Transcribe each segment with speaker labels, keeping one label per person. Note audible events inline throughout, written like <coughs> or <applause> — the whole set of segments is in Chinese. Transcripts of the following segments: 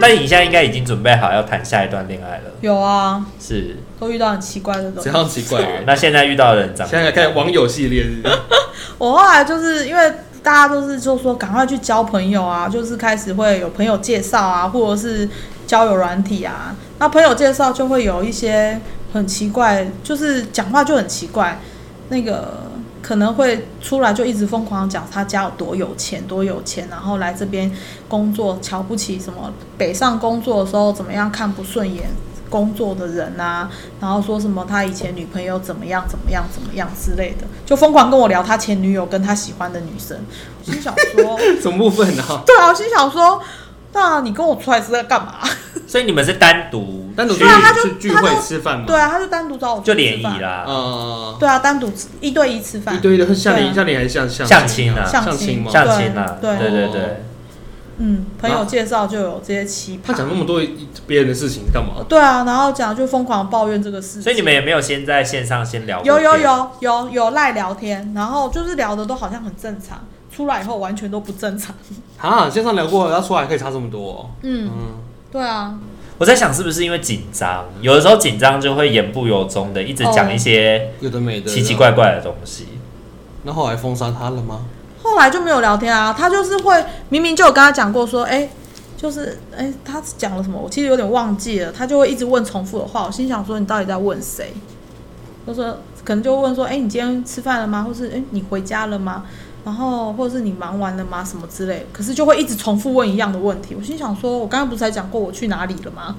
Speaker 1: 那你现在应该已经准备好要谈下一段恋爱了，
Speaker 2: 有啊，
Speaker 1: 是？
Speaker 2: 都遇到很奇怪的东
Speaker 3: 这
Speaker 2: 西。
Speaker 3: 样奇怪的
Speaker 1: 好
Speaker 3: 人。
Speaker 1: 那现在遇到的人长
Speaker 3: 现在开始网友 <laughs> 系列是不是
Speaker 2: 我后来就是因为大家都是就说赶快去交朋友啊，就是开始会有朋友介绍啊，或者是交友软体啊。那朋友介绍就会有一些很奇怪，就是讲话就很奇怪，那个可能会出来就一直疯狂讲他家有多有钱，多有钱，然后来这边工作瞧不起什么，北上工作的时候怎么样看不顺眼。工作的人啊，然后说什么他以前女朋友怎么样怎么样怎么样之类的，就疯狂跟我聊他前女友跟他喜欢的女生。我心想说，
Speaker 3: 什么部分呢？
Speaker 2: <laughs> 对啊，我心想说，那你跟我出来是在干嘛？啊
Speaker 1: 所以你们是单独
Speaker 3: 单独去
Speaker 2: 对啊他就
Speaker 3: 去聚
Speaker 2: 他
Speaker 3: 会
Speaker 2: 就
Speaker 3: 吃饭吗？
Speaker 2: 对啊，他就单独找我
Speaker 1: 就
Speaker 2: 出去
Speaker 1: 联
Speaker 2: 吃
Speaker 1: 谊
Speaker 2: 饭。
Speaker 1: 啦，
Speaker 3: 啊，
Speaker 2: 对啊，单独吃一对一吃饭
Speaker 3: 一。堆的像
Speaker 2: 对
Speaker 3: 你
Speaker 2: 啊
Speaker 3: 像你还是像像
Speaker 1: 相亲啊
Speaker 2: 相
Speaker 3: 相亲吗？
Speaker 1: 相亲啦，
Speaker 2: 对
Speaker 1: 对对对
Speaker 3: 哦。
Speaker 2: 嗯，朋友介绍就有这些奇
Speaker 3: 他讲
Speaker 2: 葩。
Speaker 3: 那么多别人的事情干嘛？
Speaker 2: 对啊，然后讲就疯狂抱怨这个事情。
Speaker 1: 所以你们也没有先在线上先聊过
Speaker 2: 有
Speaker 1: 天，
Speaker 2: 有有有有赖聊天，然后就是聊的都好像很正常，出来以后完全都不正常。
Speaker 3: 啊，线上聊过，然后出来可以差这么多哦。
Speaker 2: 嗯，
Speaker 3: 嗯，
Speaker 2: 对啊，
Speaker 1: 我在想是不是因为紧张，有的时候紧张就会言不由衷的一直
Speaker 2: 哦
Speaker 1: 讲一些
Speaker 3: 有的没的，
Speaker 1: 奇奇。怪怪的东西。
Speaker 3: 那后来封杀他了吗？
Speaker 2: 后来就没有聊天啊，他就是会明明就有跟他讲过说，哎、就是哎、他讲了什么，我其实有点忘记了，他就会一直问重复的话，我心想说你到底在问谁？就说可能就会问说，哎、你今天吃饭了吗？或是哎、你回家了吗？然后或者是你忙完了吗？什么之类的，可是就会一直重复问一样的问题。我心想说，我刚刚不是才讲过我去哪里了吗？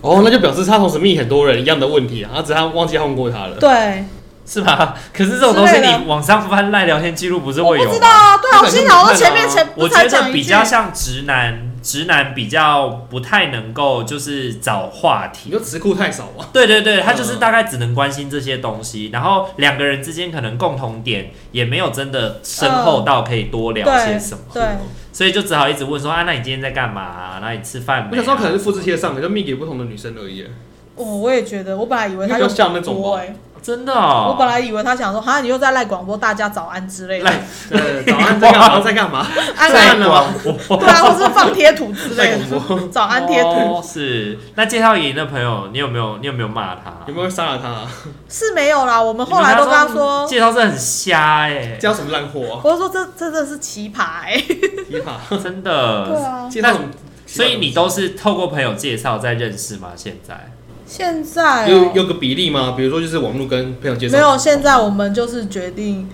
Speaker 3: 哦，那就表示他同时密很多人一样的问题啊，他只是他忘记他问过他了。
Speaker 2: 对，
Speaker 1: 是吗？ <laughs> 可是这种东西
Speaker 2: 之类的
Speaker 1: 你往上翻赖聊天记录不是
Speaker 2: 我
Speaker 1: 会有吗？
Speaker 2: 不知道啊，对啊，
Speaker 3: 他
Speaker 2: 我
Speaker 3: 可能
Speaker 2: 心想说
Speaker 3: 就不看
Speaker 2: 前
Speaker 3: 啊
Speaker 2: 面前不
Speaker 1: 我
Speaker 2: 是才
Speaker 1: 觉
Speaker 2: 讲
Speaker 1: 得
Speaker 2: 一
Speaker 1: 比
Speaker 2: 句
Speaker 1: 较像直男，直男比较不太能够就是找话题
Speaker 3: 你就。词库太少啊。
Speaker 1: 对对对，他就是大概只能关心这些东西，然后两个人之间可能共同点也没有真的深厚到可以多聊些什么，
Speaker 2: 嗯对，
Speaker 1: 所以就只好一直问说啊，那你今天在干嘛、啊那你吃饭
Speaker 3: 我
Speaker 1: 没、
Speaker 3: 想说可能
Speaker 1: 啊？
Speaker 3: 是复制贴上的，就密给不同的女生而已。
Speaker 2: 我我也觉得，我本来以为他
Speaker 3: 你比较
Speaker 2: 有
Speaker 3: 像那种吧
Speaker 2: 哎。
Speaker 1: 真的、哦，
Speaker 2: 我本来以为他想说，哈，你又在赖广播，大家早安之类的，
Speaker 1: 赖
Speaker 3: 对，早安在干嘛？在干嘛？
Speaker 1: <laughs>
Speaker 2: 安
Speaker 3: 在
Speaker 2: 安
Speaker 3: 干嘛？
Speaker 2: 对啊，或是放贴图之类
Speaker 3: 赖广
Speaker 2: 的，早安贴图
Speaker 1: 哦是。那介绍给你的朋友，你有没有你有没有骂他？
Speaker 3: 有没有杀了他啊？
Speaker 2: 是没有啦。我们后来都跟他说，
Speaker 1: 介绍是很瞎哎、
Speaker 3: 教什么烂货啊？
Speaker 2: 我就说这这真的是奇葩哎、
Speaker 3: 琵琶。
Speaker 1: 真的。
Speaker 2: 对啊，
Speaker 3: 介绍什么奇
Speaker 1: 所
Speaker 3: 怪的东西？
Speaker 1: 以你都是透过朋友介绍在认识吗？现在
Speaker 2: 现在哦
Speaker 3: 有有个比例吗？比如说就是网络跟朋友介绍，
Speaker 2: 没有？现在我们就是决定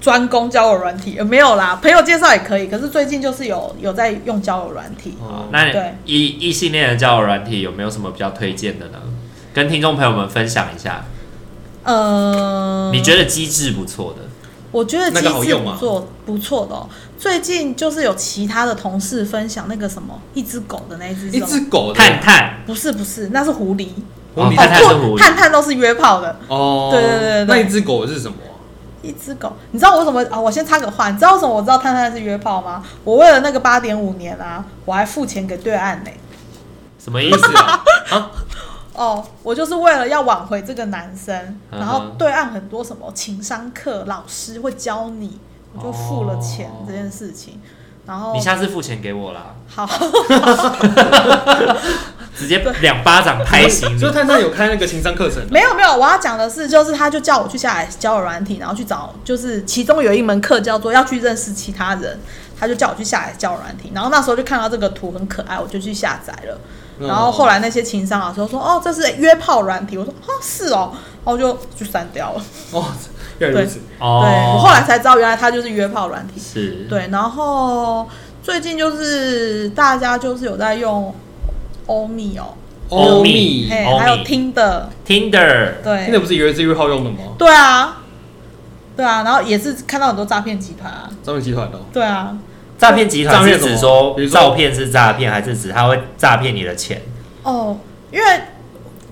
Speaker 2: 专攻交友软体、呃，没有啦，朋友介绍也可以，可是最近就是有有在用交友软体。
Speaker 1: 啊
Speaker 3: 哦，
Speaker 1: 那
Speaker 2: 对
Speaker 1: 异异性恋的交友软体有没有什么比较推荐的呢？跟听众朋友们分享一下，
Speaker 2: 呃，
Speaker 1: 你觉得机制不错的，
Speaker 2: 我觉得
Speaker 3: 那
Speaker 2: 机
Speaker 3: 个好
Speaker 2: 制
Speaker 3: 用
Speaker 2: 不
Speaker 3: 吗
Speaker 2: 错不错的、哦。最近就是有其他的同事分享那个什么一只狗的那一只是
Speaker 3: 一
Speaker 2: 什么，
Speaker 3: 只狗的
Speaker 1: 探探
Speaker 2: 不是不是，那是狐狸，
Speaker 3: 狐狸
Speaker 1: 哦探探是
Speaker 2: 不
Speaker 1: 狐狸，
Speaker 2: 探探都是约炮的。
Speaker 3: 哦，
Speaker 2: 对对对对
Speaker 3: 那一只狗是什么？啊
Speaker 2: 一只狗，你知道我为什么啊、我先插个话，你知道为什么我知道探探是约炮吗？我为了那个八点五年啊，我还付钱给对岸呢、
Speaker 1: 什么
Speaker 3: 没
Speaker 1: 意
Speaker 3: 意
Speaker 1: 思
Speaker 3: 思 <laughs> 啊，
Speaker 2: 哦，我就是为了要挽回这个男生，
Speaker 1: 嗯哼
Speaker 2: 然后对岸很多什么情商课老师会教你，我就付了钱
Speaker 1: 哦
Speaker 2: 这件事情。然后
Speaker 1: 你下次付钱给我啦，
Speaker 2: 好，
Speaker 1: 直接两巴掌拍醒
Speaker 3: 所以
Speaker 1: 你。
Speaker 3: 探探有开那个情商课程，啊
Speaker 2: 没有没有，我要讲的是，就是他就叫我去下载交友软体，然后去找，就是其中有一门课叫做要去认识其他人，他就叫我去下载交友软体，然后那时候就看到这个图很可爱，我就去下载了。
Speaker 1: 嗯
Speaker 2: 然后后来那些情商老师说：“哦，这是约炮软体。”我说：“哦，是哦。”然后我就就删掉了。
Speaker 3: 哦，原来如此，
Speaker 2: 对我后
Speaker 1: 哦，
Speaker 2: 来才知道，原来他就是约炮软体。
Speaker 1: 是，
Speaker 2: 对，然后最近就是大家就是有在用欧米哦，
Speaker 1: 欧米
Speaker 3: 米，
Speaker 2: 嘿，
Speaker 1: 欧米
Speaker 2: 还有听的，
Speaker 1: Tinder，
Speaker 2: 对，
Speaker 3: 那不是以为是约炮用的吗？
Speaker 2: 对啊，对啊，然后也是看到很多诈骗集团、啊，
Speaker 3: 诈骗集团的哦，
Speaker 2: 对啊，
Speaker 1: 诈骗集团
Speaker 3: 诈骗
Speaker 1: 是
Speaker 3: 什么
Speaker 1: 指说
Speaker 3: 比如说
Speaker 1: 照片是诈骗，还是指他会诈骗你的钱？
Speaker 2: 哦，因为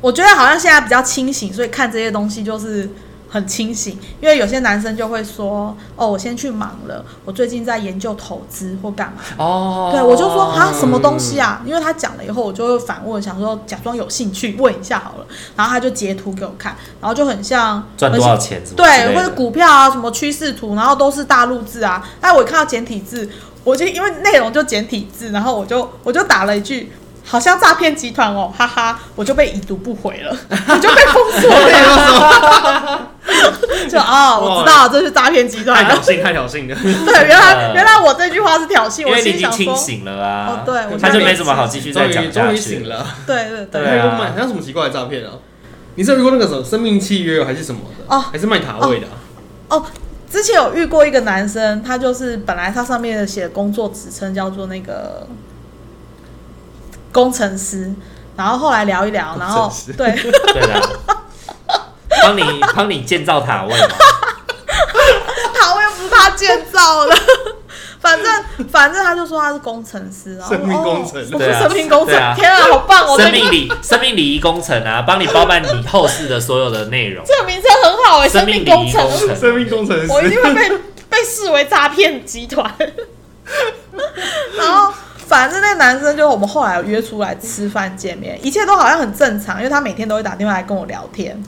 Speaker 2: 我觉得好像现在比较清醒，所以看这些东西就是很清醒，因为有些男生就会说，哦，我先去忙了，我最近在研究投资或干嘛。
Speaker 3: 哦，
Speaker 2: 对，我就说啊，什么东西啊？因为他讲了以后，我就会反问，想说假装有兴趣问一下好了。然后他就截图给我看，然后就很像
Speaker 1: 赚多少钱什么之
Speaker 2: 对，
Speaker 1: 类
Speaker 2: 或
Speaker 1: 的
Speaker 2: 者股票啊，什么趋势图，然后都是大陆字啊。但我一看到简体字，我就因为内容就简体字，然后我就我就打了一句。好像诈骗集团哦，哈哈，我就被已读不回了， <laughs> 我就被封锁了。 <laughs> 就哦，我知道这是诈骗集团
Speaker 3: 太
Speaker 2: 了
Speaker 3: 挑。衅，太挑衅的。
Speaker 2: 对，原来
Speaker 1: 了
Speaker 2: 原来我这句话是挑衅，
Speaker 1: 因
Speaker 2: 我
Speaker 1: 为你
Speaker 2: 心
Speaker 1: 已经
Speaker 2: 想
Speaker 1: 清
Speaker 2: 说，
Speaker 1: 醒了啊
Speaker 2: 哦，对我
Speaker 1: 他
Speaker 2: 觉
Speaker 1: 就
Speaker 2: 得
Speaker 1: 没什么好继续
Speaker 3: 终
Speaker 1: 再
Speaker 3: 于
Speaker 1: 讲
Speaker 3: 终
Speaker 1: 下
Speaker 3: 于
Speaker 1: 去
Speaker 3: 醒。了，
Speaker 2: 对对对。
Speaker 1: 对啊
Speaker 3: 我买像什么奇怪的诈骗啊？你是有遇过那个什么生命契约还是什么的？
Speaker 2: 哦
Speaker 3: 还是卖塔位的啊？
Speaker 2: 哦，之前有遇过一个男生，他就是本来他上面写的工作职称叫做那个工程师，然后后来聊一聊，然后
Speaker 3: 工程师
Speaker 2: 对 <laughs>
Speaker 1: <laughs> 对的，帮你帮你建造塔位
Speaker 2: <laughs>
Speaker 1: 嘛，
Speaker 2: 塔位不是他建造的。 <laughs> 反正反正他就说他是工程师，然后
Speaker 3: 生命工程
Speaker 2: 哦我
Speaker 1: 对
Speaker 2: 是
Speaker 1: 啊
Speaker 2: 生命工程，
Speaker 1: 对啊
Speaker 2: 天啊，好棒哦！
Speaker 1: 生
Speaker 2: 这
Speaker 1: 命礼生命礼仪工程啊，帮你包办你后事的所有的内容。
Speaker 2: 这个名称很好哎、
Speaker 1: 生命
Speaker 2: 命工
Speaker 1: 礼仪工程
Speaker 3: <laughs> 生命工程
Speaker 2: 我一定
Speaker 3: 师，
Speaker 2: 会被被视为诈骗集团。 <laughs> 然后，反正那男生就我们后来有约出来吃饭见面，一切都好像很正常，因为他每天都会打电话来跟我聊天，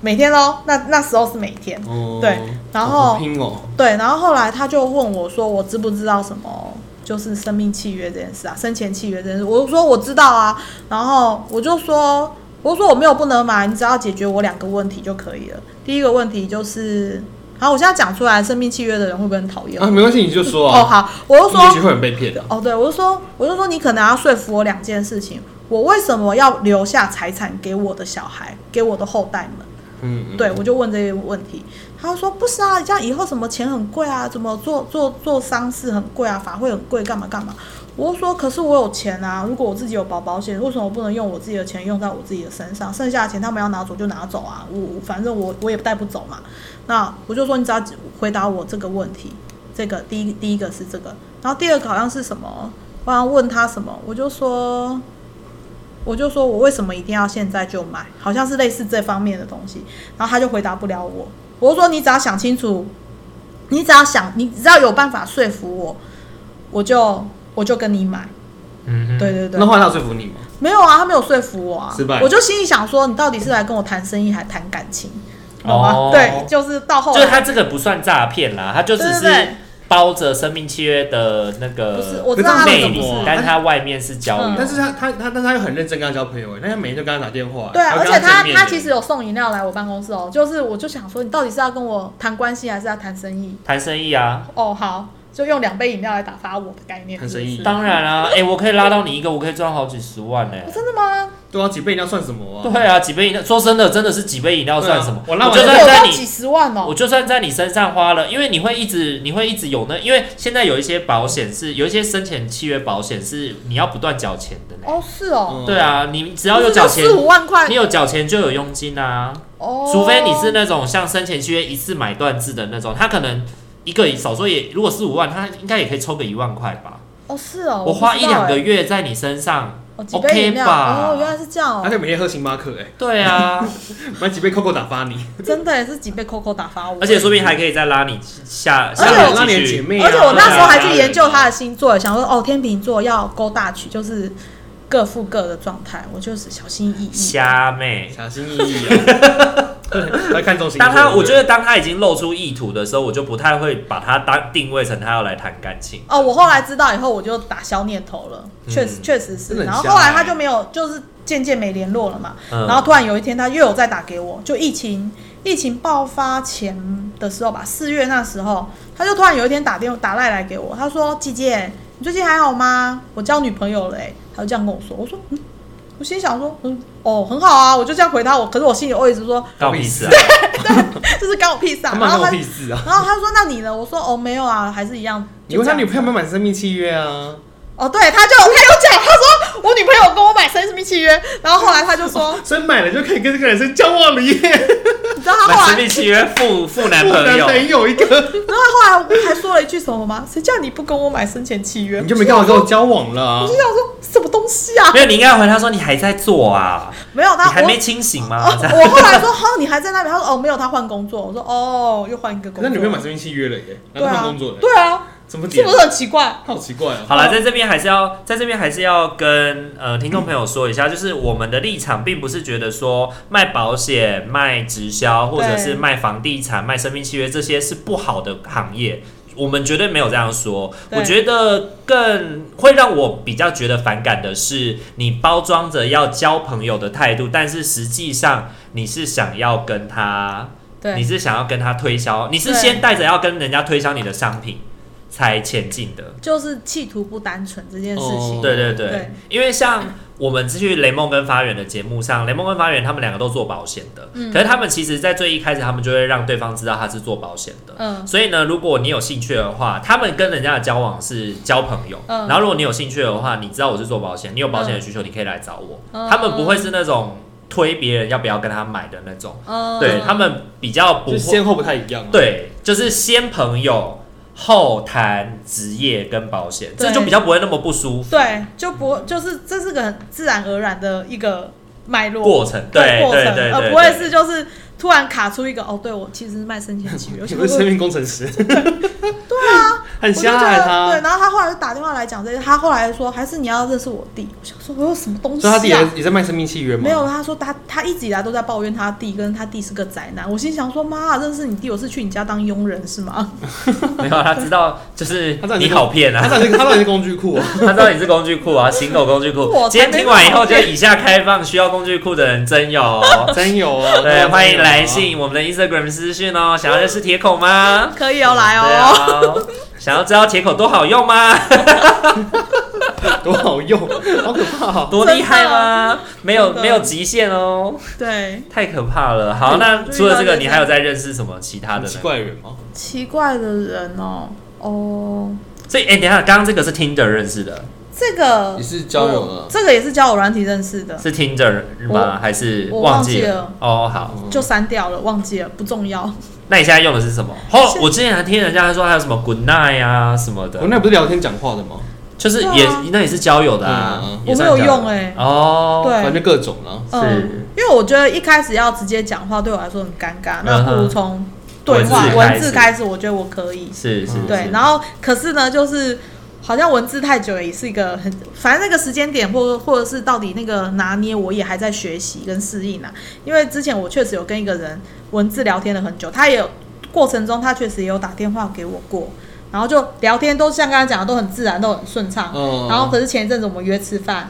Speaker 2: 每天咯，那那时候是每天，
Speaker 3: 哦
Speaker 2: 对然
Speaker 3: 好
Speaker 2: 后
Speaker 3: 拼哦，
Speaker 2: 对。然后后来他就问我说，我知不知道什么？就是生命契约这件事啊，生前契约这件事，我就说我知道啊，然后我就说，我就说我没有不能买，你只要解决我两个问题就可以了。第一个问题就是，好，我现在讲出来，生命契约的人会不会很讨厌我？
Speaker 3: 啊，没关系，你就说
Speaker 2: 哦，
Speaker 3: 啊。
Speaker 2: 好，我就
Speaker 3: 也许
Speaker 2: 说，
Speaker 3: 会很被骗的。
Speaker 2: 哦，对，我就说，我就说，你可能要说服我两件事情，我为什么要留下财产给我的小孩，给我的后代们？
Speaker 3: 嗯，嗯
Speaker 2: 对，我就问这些问题。他就说不是啊，这样以后什么钱很贵啊，怎么做做做丧事很贵啊，法会很贵，干嘛干嘛。我就说，可是我有钱啊，如果我自己有保保险，为什么我不能用我自己的钱用在我自己的身上？剩下的钱他们要拿走就拿走啊，我反正我我也带不走嘛。那我就说，你只要回答我这个问题，这个第一第一个是这个，然后第二个好像是什么？我好像问他什么，我就说，我就说我为什么一定要现在就买，好像是类似这方面的东西，然后他就回答不了我。我就说你只要想清楚，你只要想，你只要有办法说服我，我就我就跟你买。
Speaker 1: 嗯哼，
Speaker 2: 对对对
Speaker 3: 那，后来他有说服你吗？
Speaker 2: 没有啊，他没有说服我啊
Speaker 3: 失败，
Speaker 2: 我就心里想说，你到底是来跟我谈生意还谈感情？懂吗？
Speaker 1: 哦
Speaker 2: 对，就是到后
Speaker 1: 就是
Speaker 2: 来，
Speaker 1: 他这个不算诈骗啦，他就只
Speaker 2: 对对
Speaker 1: 是
Speaker 2: 对
Speaker 1: 包着生命契约的那
Speaker 2: 不
Speaker 1: 个
Speaker 2: 是我知道他
Speaker 3: 可
Speaker 2: 们
Speaker 3: 呃
Speaker 1: 内
Speaker 3: 是
Speaker 2: 怎么
Speaker 1: 里
Speaker 3: 内里
Speaker 2: 是。啊
Speaker 1: 但是他外面是交
Speaker 2: 嗯
Speaker 1: 友。
Speaker 3: 但是他他他，但是他又很认真跟他交朋友哎，那他每天就跟他打电话哎，
Speaker 2: 对啊，
Speaker 3: 还
Speaker 2: 而
Speaker 3: 会
Speaker 2: 且
Speaker 3: 跟
Speaker 2: 他
Speaker 3: 见面
Speaker 2: 他
Speaker 3: 哎
Speaker 2: 其实有送饮料来我办公室哦，就是我就想说，你到底是要跟我谈关系还是要谈生意？
Speaker 1: 谈生意啊，
Speaker 2: 哦，好，就用两杯饮料来打发我的概念。
Speaker 3: 谈
Speaker 2: 是不
Speaker 3: 生意
Speaker 2: 是
Speaker 1: 当然啊，哎、我可以拉到你一个，我可以赚好几十万呢、
Speaker 2: 哦真的吗？
Speaker 3: 对啊，几倍一定要算什么啊？
Speaker 2: 嗯
Speaker 1: 对啊，几杯饮料，说真的，真的是几杯饮料算什么？
Speaker 3: 对啊我拉完
Speaker 1: 就
Speaker 2: 我
Speaker 1: 算在
Speaker 2: 到
Speaker 1: 你
Speaker 2: 几十万哦
Speaker 1: 我。就算在你身上花了，因为你会一直，你会一直有那，因为现在有一些保险是有一些生前契约保险是你要不断缴钱的呢。
Speaker 2: 哦，是哦，
Speaker 3: 嗯
Speaker 1: 对，啊，你只要有缴钱
Speaker 2: 四，五万块
Speaker 1: 你有缴钱就有佣金啊，
Speaker 2: 哦，
Speaker 1: 除非你是那种像生前契约一次买断制的那种，他可能一个少说也如果四五万，他应该也可以抽个一万块吧。
Speaker 2: 哦是哦，
Speaker 1: 我花一两个
Speaker 2: 月
Speaker 1: 月在你身上，
Speaker 2: 几杯饮料
Speaker 1: OK 吧啊
Speaker 2: 哦，原来是这样
Speaker 3: 他
Speaker 2: 哦，
Speaker 3: 可以每天喝星巴克哎，
Speaker 1: 对
Speaker 2: <laughs>
Speaker 1: 啊，
Speaker 3: 买几杯 Coco 打发你，
Speaker 2: 真的也是几杯 Coco 打发我，
Speaker 1: 而且说不定还可以再拉你下
Speaker 2: 而且
Speaker 1: 下
Speaker 2: 我
Speaker 3: 那
Speaker 1: 继
Speaker 3: 年姐
Speaker 1: 续。
Speaker 3: 妹啊，
Speaker 2: 而且我那时候还去研究他
Speaker 3: 的
Speaker 2: 的星
Speaker 1: 啊
Speaker 2: 座，想说哦，天秤座要勾大曲，就是各付各的状态，我就是小心翼翼。
Speaker 1: 虾妹，
Speaker 3: 小心翼翼啊，
Speaker 2: <laughs>
Speaker 3: 来啊看中心。
Speaker 1: 当他我觉得当他已经露出意图的时候，我就不太会把他当定位成他要来谈感情。
Speaker 2: 哦，我后来知道以后，我就打消念头了，确实
Speaker 1: 嗯
Speaker 2: 确实是
Speaker 3: 真。的很
Speaker 2: 然后
Speaker 3: 瞎
Speaker 2: 后来他
Speaker 3: 欸
Speaker 2: 就没有，就是渐渐没联络了嘛。
Speaker 1: 嗯
Speaker 2: 然后突然有一天，他又有再打给我，就疫情疫情爆发前的时候吧，四月那时候，他就突然有一天打电打赖来给我，他说：“姐姐，你最近还好吗？我交女朋友了、欸。”他就这样跟我说，我说：“嗯。”我心想说：“嗯，哦，很好啊。”我就这样回答我，可是我心里我一直说
Speaker 1: 告屁
Speaker 2: <laughs>
Speaker 1: 事啊！
Speaker 2: 就是干我屁事
Speaker 3: 他
Speaker 2: 啊。然
Speaker 3: 妈
Speaker 2: 后
Speaker 3: 关我屁
Speaker 2: 他
Speaker 3: 事啊！
Speaker 2: 然后他说：“那你呢？”我说：“哦，没有啊，还是一样。”
Speaker 3: 你问他女朋友有没有买生命契约啊？
Speaker 2: 哦，对，他就他又 <laughs> 讲，他说我女朋友跟我买生命契约，然后后来他就说，
Speaker 3: 所以买了就可以跟这个男生交往了耶，
Speaker 2: 你知道他
Speaker 1: 那
Speaker 2: 后
Speaker 1: 私
Speaker 2: 来，
Speaker 1: 密契约付付男
Speaker 3: 我
Speaker 1: 朋
Speaker 3: 男
Speaker 2: <laughs>
Speaker 1: 友，
Speaker 3: 朋友一个，
Speaker 2: 然后他后来还说了一句什么吗？谁叫你不跟我买生前契约？
Speaker 3: <laughs> 你就没办法跟我交往了啊 <laughs>
Speaker 2: 我就。想说什么东西啊？
Speaker 1: 没有，你应该回他说你还在做
Speaker 2: <laughs>
Speaker 1: 啊，
Speaker 2: 没有，
Speaker 1: 你
Speaker 2: 他
Speaker 1: 还
Speaker 2: 我哦
Speaker 1: 没啊清醒吗？
Speaker 2: <laughs>
Speaker 1: 这样
Speaker 2: 我后来说，哈，你还在那边？他说，哦，没有，他换工作。我说，哦，又换一个工作。
Speaker 3: 那你没有买生命契约了耶，然后
Speaker 2: 对啊
Speaker 3: 换工作了，
Speaker 2: 对啊，
Speaker 3: 怎么
Speaker 2: 是
Speaker 3: 点
Speaker 2: 不？是很奇怪？
Speaker 3: 好奇怪啊！
Speaker 1: 好了，在这边还是要在这边还是要跟呃听众朋友说一下，就是我们的立场并不是觉得说卖保险、卖直销或者是卖房地产、卖生命契约这些是不好的行业。我们绝对没有这样说，
Speaker 2: 对
Speaker 1: 我觉得更会让我比较觉得反感的是，你包装着要交朋友的态度，但是实际上你是想要跟他，你
Speaker 2: 对，
Speaker 1: 是想要跟他推销，你是
Speaker 2: 对
Speaker 1: 先带着要跟人家推销你的商品才前进的。
Speaker 2: 就是企图不单纯这件事情。
Speaker 3: 哦
Speaker 1: 对对对，
Speaker 2: 对
Speaker 1: 因为像我们去雷梦跟发源的节目上，雷梦跟发源他们两个都做保险的，
Speaker 2: 嗯
Speaker 1: 可是他们其实，在最一开始，他们就会让对方知道他是做保险的。
Speaker 2: 嗯
Speaker 1: 所以呢，如果你有兴趣的话，他们跟人家的交往是交朋友。
Speaker 2: 嗯
Speaker 1: 然后，如果你有兴趣的话，你知道我是做保险，你有保险的需求，你可以来找我。
Speaker 2: 嗯
Speaker 1: 他们不会是那种推别人要不要跟他买的那种，
Speaker 2: 嗯
Speaker 1: 对他们比较不
Speaker 3: 就
Speaker 1: 会。
Speaker 3: 先后不太一样啊。
Speaker 1: 对，就是先朋友，后谈职业跟保险，这
Speaker 2: 对
Speaker 1: 就比较不会那么不舒服。
Speaker 2: 对，就不就是这是个很自然而然的一个脉络
Speaker 1: 过程，对
Speaker 2: 过
Speaker 1: 对
Speaker 2: 程，
Speaker 1: 对
Speaker 2: 而
Speaker 1: 对，
Speaker 2: 不会是就是突然卡出一个哦，对我其实是卖生前契
Speaker 1: <laughs>
Speaker 2: 约，
Speaker 3: 而且不是生命工程师， <laughs> 对啊， <laughs> 很
Speaker 2: 我就觉
Speaker 3: 狭
Speaker 2: 得
Speaker 3: 隘
Speaker 2: 对，
Speaker 3: 他，
Speaker 2: 然后他后来就打电话来讲这些，他后来说还是你要认识我弟，我想说我有什么东西
Speaker 3: 所以他自己
Speaker 2: 啊？
Speaker 3: 也也在卖生命契约吗？
Speaker 2: 没有，他说他他一直以来都在抱怨他弟，跟他弟是个宅男。我心想说，妈，啊认识你弟，我是去你家当佣人是吗？ <laughs>
Speaker 1: <laughs> 没有他知道，就是
Speaker 3: 他知道你
Speaker 1: 你
Speaker 3: 是
Speaker 1: 好骗
Speaker 3: 他
Speaker 1: 啊，
Speaker 3: 到底是他到底是工具库 <laughs> 啊？
Speaker 1: <laughs> 他知道你是工具库啊，行走工具库
Speaker 2: 我。才
Speaker 1: 今天听完以后，就
Speaker 2: 没有
Speaker 1: 以下开放需要工具库的人真有哦，
Speaker 2: <laughs>
Speaker 3: 真有啊！
Speaker 1: 对，欢迎来。信我们的 Instagram 私讯哦。
Speaker 2: 啊
Speaker 1: 想要认识铁口吗？
Speaker 2: 可以哦，来
Speaker 1: 对
Speaker 2: 哦。
Speaker 1: 啊，想要知道铁口多好用吗？
Speaker 2: <laughs>
Speaker 3: 多好用，好可怕哦！
Speaker 1: 多厉害吗？没有
Speaker 2: 真的
Speaker 1: 没有极限哦，
Speaker 2: 对，
Speaker 1: 太可怕了。好，那
Speaker 2: 嗯
Speaker 1: 除了这个，你还有在认识什么其他的
Speaker 3: 奇
Speaker 1: 呢？
Speaker 3: 怪的人吗？
Speaker 2: 奇怪的人哦，哦，
Speaker 1: 所以，哎，等一下，刚刚这个是 Tinder 认识的，
Speaker 2: 这个
Speaker 4: 你是交友了
Speaker 2: 我这个也是交友软体认识的，
Speaker 1: 是 Tinder 吗？
Speaker 2: 我
Speaker 1: 还是
Speaker 2: 我
Speaker 1: 忘
Speaker 2: 忘记
Speaker 1: 了
Speaker 2: 了？
Speaker 1: 哦，好。
Speaker 2: 就删掉了，忘记了，不重要。
Speaker 1: 那你现在用的是什么？后
Speaker 2: 是
Speaker 1: 我之前还听人家说还有什么 Good Night 啊什么的
Speaker 3: 我，那不是聊天讲话的吗？
Speaker 1: 就是
Speaker 2: 对啊
Speaker 1: 也、那也是交友的啊
Speaker 3: 嗯，
Speaker 1: 也
Speaker 2: 我没
Speaker 1: 算
Speaker 2: 有
Speaker 1: 交友
Speaker 2: 用哎
Speaker 1: 哦，
Speaker 2: 对
Speaker 3: 反正就各种啦。
Speaker 1: 是
Speaker 2: 嗯，因为我觉得一开始要直接讲话对我来说很尴尬，那不如从对话
Speaker 1: 嗯哼文
Speaker 2: 文
Speaker 1: 字开始
Speaker 2: 字开始，我觉得我可以。
Speaker 1: 是是，
Speaker 2: 对
Speaker 1: 是，
Speaker 2: 然后可是呢，就是好像文字太久了也是一个很，反正那个时间点或或者是到底那个拿捏，我也还在学习跟适应啊。因为之前我确实有跟一个人文字聊天了很久，他也有过程中他确实也有打电话给我过，然后就聊天都像刚才讲的都很自然，都很顺畅。
Speaker 3: 嗯
Speaker 2: 然后可是前一阵子我们约吃饭，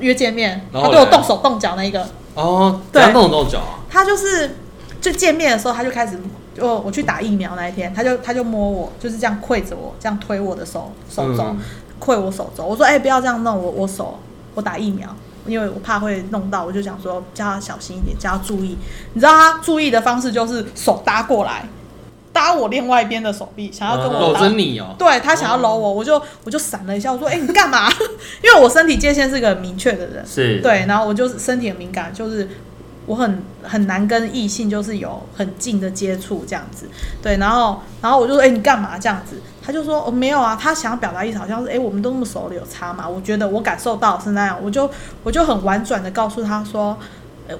Speaker 2: 约见面，
Speaker 3: 然
Speaker 2: 他
Speaker 3: 后
Speaker 2: 对我
Speaker 3: 嘞
Speaker 2: 动手动脚那一个，
Speaker 3: 哦，
Speaker 2: 对
Speaker 3: 怎样动手动脚啊？
Speaker 2: 他就是就见面的时候，他就开始就我去打疫苗那一天，他就他就摸我，就是这样跪着我，这样推我的手手肘，
Speaker 3: 嗯
Speaker 2: 跪我手肘。我说：“哎、不要这样弄我我手，我打疫苗，因为我怕会弄到。”我就想说叫他小心一点，叫他注意。你知道他注意的方式就是手搭过来，搭我另外一边的手臂，想要跟我
Speaker 3: 搂
Speaker 2: 搭。
Speaker 3: 着你哦，
Speaker 2: 对他想要搂我，我就我就闪了一下，我说：“哎、你干嘛？” <laughs> 因为我身体界限是个很明确的人，
Speaker 1: 是，
Speaker 2: 对，然后我就是身体很敏感，就是我很很难跟异性就是有很近的接触这样子。对，然后然后我就说，哎、你干嘛这样子？他就说，哦，没有啊，他想要表达意思好像是，哎、我们都那么熟了，有差嘛？我觉得我感受到是那样，我就我就很婉转的告诉他说，呃，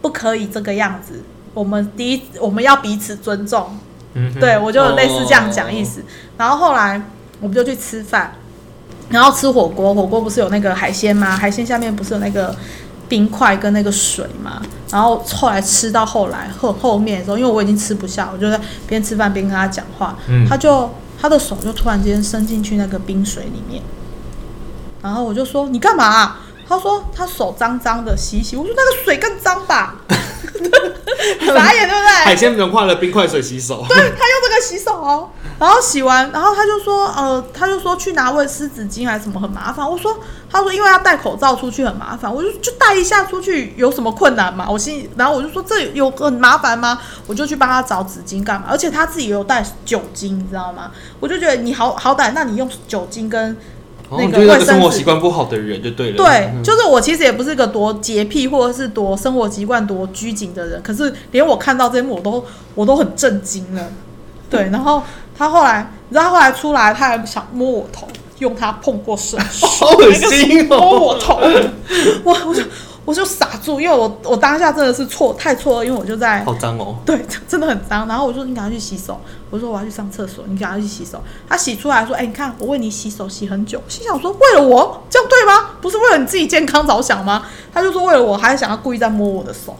Speaker 2: 不可以这个样子。我们第一，我们要彼此尊重，
Speaker 1: 嗯哼哦
Speaker 2: 对，我就类似这样讲意思。然后后来我们就去吃饭，然后吃火锅，火锅不是有那个海鲜吗？海鲜下面不是有那个冰块跟那个水嘛？然后后来吃到后来后后面的时候，因为我已经吃不下，我就在边吃饭边跟他讲话，
Speaker 1: 嗯
Speaker 2: 他就他的手就突然间伸进去那个冰水里面，然后我就说你干嘛啊、他说他手脏脏的，洗一洗。我说那个水更脏吧， <laughs>
Speaker 1: <laughs>
Speaker 2: 傻眼对不对？
Speaker 3: 海鲜融化了冰块水洗手，
Speaker 2: 哎对他用这个洗手哦，然后洗完，然后他就说，呃，他就说去拿卫湿纸巾还是什么很麻烦。我说，他说因为要戴口罩出去很麻烦，我就就戴一下出去有什么困难吗？我心里，然后我就说这有很麻烦吗？我就去帮他找纸巾干嘛？而且他自己有带酒精，你知道吗？我就觉得你好好歹，那你用酒精跟
Speaker 3: 哦，
Speaker 2: 那
Speaker 3: 你
Speaker 2: 个
Speaker 3: 就是那
Speaker 2: 卫
Speaker 3: 个
Speaker 2: 生
Speaker 3: 生活
Speaker 2: 纸
Speaker 3: 习惯不好的人就对了。
Speaker 2: 对，
Speaker 3: 嗯
Speaker 2: 就是我其实也不是个多洁癖或者是多生活习惯多拘谨的人，可是连我看到这一幕我都我都很震惊了。对，
Speaker 3: 嗯
Speaker 2: 然后他后来，你知道他后来出来，他还想摸我头，用他碰过手，
Speaker 3: <laughs> 好恶
Speaker 2: <laughs>
Speaker 3: 心哦
Speaker 2: 摸我头，我我就我就傻住，因为我我当下真的是错太错了，因为我就在
Speaker 3: 好脏哦，
Speaker 2: <laughs> 对，真的很脏。然后我说你赶快去洗手，我说我要去上厕所，你赶快去洗手。他洗出来说，哎、你看我为你洗手洗很久，心想说为了我这样对吗？不是为了你自己健康着想吗？他就说为了我，还想要故意在摸我的手。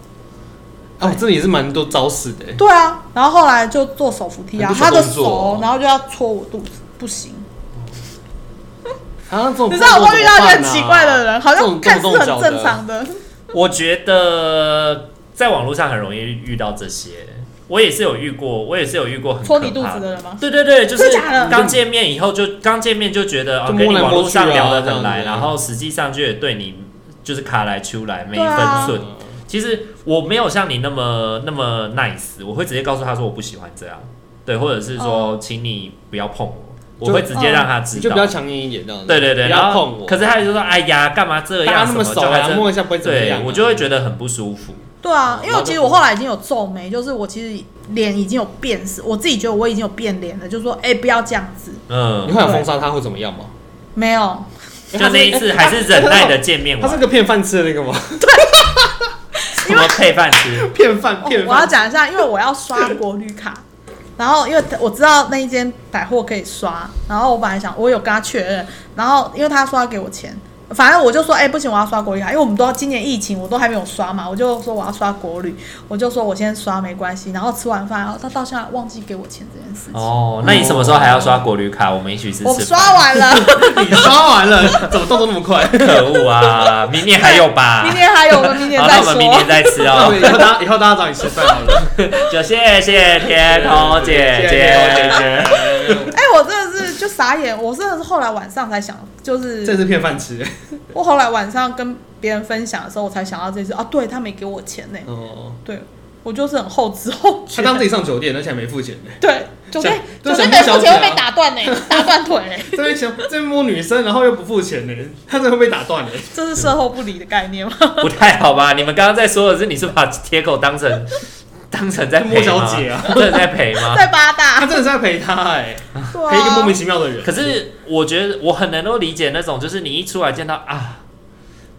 Speaker 3: 哦，这里也是蛮多招式的欸。
Speaker 2: 对啊，然后后来就做手扶梯啊，
Speaker 3: 很多
Speaker 2: 他的
Speaker 3: 小动作
Speaker 2: 手
Speaker 3: 哦，
Speaker 2: 然后就要戳我肚子，不行。
Speaker 3: 啊，这种
Speaker 2: 你知道我遇到一
Speaker 3: 这种怎么办
Speaker 2: 个很
Speaker 3: 啊
Speaker 2: 奇怪的人，好像看似
Speaker 3: 这种
Speaker 2: 很
Speaker 3: 动
Speaker 2: 正常的。
Speaker 1: 我觉得在网络上很容易遇到这些，我也是有遇过，我也是有遇过很
Speaker 2: 戳你
Speaker 1: 可怕
Speaker 2: 肚子的人吗
Speaker 1: 对对对，就是
Speaker 2: 真的假的
Speaker 1: 刚见面以后就刚见面就觉得哦，
Speaker 3: 就摸
Speaker 1: 跟你
Speaker 3: 来
Speaker 1: 网
Speaker 3: 摸
Speaker 1: 络
Speaker 3: 去
Speaker 1: 上
Speaker 3: 啊
Speaker 1: 聊得
Speaker 3: 这样
Speaker 1: 很
Speaker 3: 子
Speaker 1: 来，然后实际上就也对你就是卡来出来没
Speaker 2: 对
Speaker 1: 分
Speaker 2: 啊
Speaker 1: 寸。
Speaker 3: 嗯
Speaker 1: 其实我没有像你那么那么 nice，我会直接告诉他说我不喜欢这样，对，或者是说、请你不要碰我，我
Speaker 3: 哦就哦
Speaker 1: 会直接让他知
Speaker 3: 你就
Speaker 1: 道。
Speaker 3: 比较强硬一点这样子。
Speaker 1: 对对对，
Speaker 3: 嗯不
Speaker 1: 然
Speaker 3: 要
Speaker 1: 后
Speaker 3: 碰我。
Speaker 1: 可是他就说哎呀，干嘛这
Speaker 3: 大家
Speaker 1: 样？
Speaker 3: 那么
Speaker 1: 什
Speaker 3: 熟
Speaker 1: 就还
Speaker 3: 啊，
Speaker 1: 真
Speaker 3: 摸一下不会怎么
Speaker 1: 对
Speaker 3: 样。，
Speaker 1: 我就会觉得很不舒服。
Speaker 2: 对啊，因
Speaker 3: 嗯
Speaker 2: 为
Speaker 3: 然后
Speaker 2: 其实
Speaker 3: 就
Speaker 2: 我后来已经有皱眉，就是我其实脸已经有变色，我自己觉得我已经有变脸了，就说哎、不要这样子，
Speaker 3: 你
Speaker 1: 嗯，
Speaker 3: 会有封杀他会怎么样吗？
Speaker 2: 没有，
Speaker 1: 就那一次还是忍耐的见面
Speaker 3: 他是
Speaker 1: 完，
Speaker 3: 个骗饭吃的那个
Speaker 2: <laughs>
Speaker 3: 吗？
Speaker 1: 什么配饭
Speaker 3: <laughs>
Speaker 1: 吃？
Speaker 3: 骗饭
Speaker 2: 哦
Speaker 3: 骗
Speaker 2: 我要
Speaker 3: 饭。
Speaker 2: 讲一下，因为我要刷国旅卡，然后因为我知道那一间百货可以刷，然后我本来想我有跟他确认，然后因为他说要给我钱，反正我就说哎、不行，我要刷国旅卡，因为我们都要今年疫情我都还没有刷嘛，我就说我要刷国旅，我就说我先刷没关系，然后吃完饭，然后他到现在忘记给我钱这件事情，
Speaker 1: 哦，那你什么时候还要刷国旅卡？我们一起去
Speaker 2: 我
Speaker 1: 吃饭。
Speaker 2: 刷
Speaker 1: <laughs>
Speaker 2: 完了。
Speaker 3: <laughs> 你刷完了，怎么动作那么快？
Speaker 1: 可恶
Speaker 3: <laughs>
Speaker 1: 啊！明年还有吧？
Speaker 2: 明天还有，我们明天
Speaker 1: 好，那
Speaker 2: 再
Speaker 1: 我
Speaker 2: 说
Speaker 1: 们。明年再吃
Speaker 3: 那
Speaker 1: 哦
Speaker 3: <laughs> 我。以后大家以后大家找你吃饭好了。
Speaker 1: 就谢谢天童姐
Speaker 3: 谢谢
Speaker 1: 姐
Speaker 3: 天童。
Speaker 2: 哎、我真的是就傻眼，我真的是后来晚上才想，就
Speaker 3: 这
Speaker 2: 是
Speaker 3: 是骗饭吃。
Speaker 2: 我后来晚上跟别人分享的时候，我才想到这事啊，对他没给我钱呢、
Speaker 3: 哦，
Speaker 2: 对我就是很后知后觉
Speaker 3: 他。刚自己上酒店，而且还没付钱呢。
Speaker 2: 对，酒店
Speaker 3: 这
Speaker 2: 哎酒
Speaker 3: 这
Speaker 2: 店没
Speaker 3: 小
Speaker 2: 付
Speaker 3: 小
Speaker 2: 钱会
Speaker 3: 姐啊
Speaker 2: 被打断呢、
Speaker 3: <laughs>
Speaker 2: 打断腿呢、
Speaker 3: 这边想这边摸女生，然后又不付钱呢，他这会被打断呢。
Speaker 2: 这是售后不理的概念吗？
Speaker 1: <laughs> 不太好吧？你们刚刚在说的是，你是把铁狗当成 <laughs> 当成在
Speaker 3: 莫
Speaker 1: 陪
Speaker 3: 小
Speaker 1: 吗？<laughs>
Speaker 3: 姐啊，
Speaker 1: 真的在陪吗？
Speaker 2: 在八
Speaker 1: 啊
Speaker 3: <laughs> 他
Speaker 2: 大，
Speaker 3: 真的是在陪他哎，
Speaker 2: 对啊
Speaker 3: 陪一个莫名其妙的人。
Speaker 1: 可是我觉得我很能够理解那种，就是你一出来见到啊，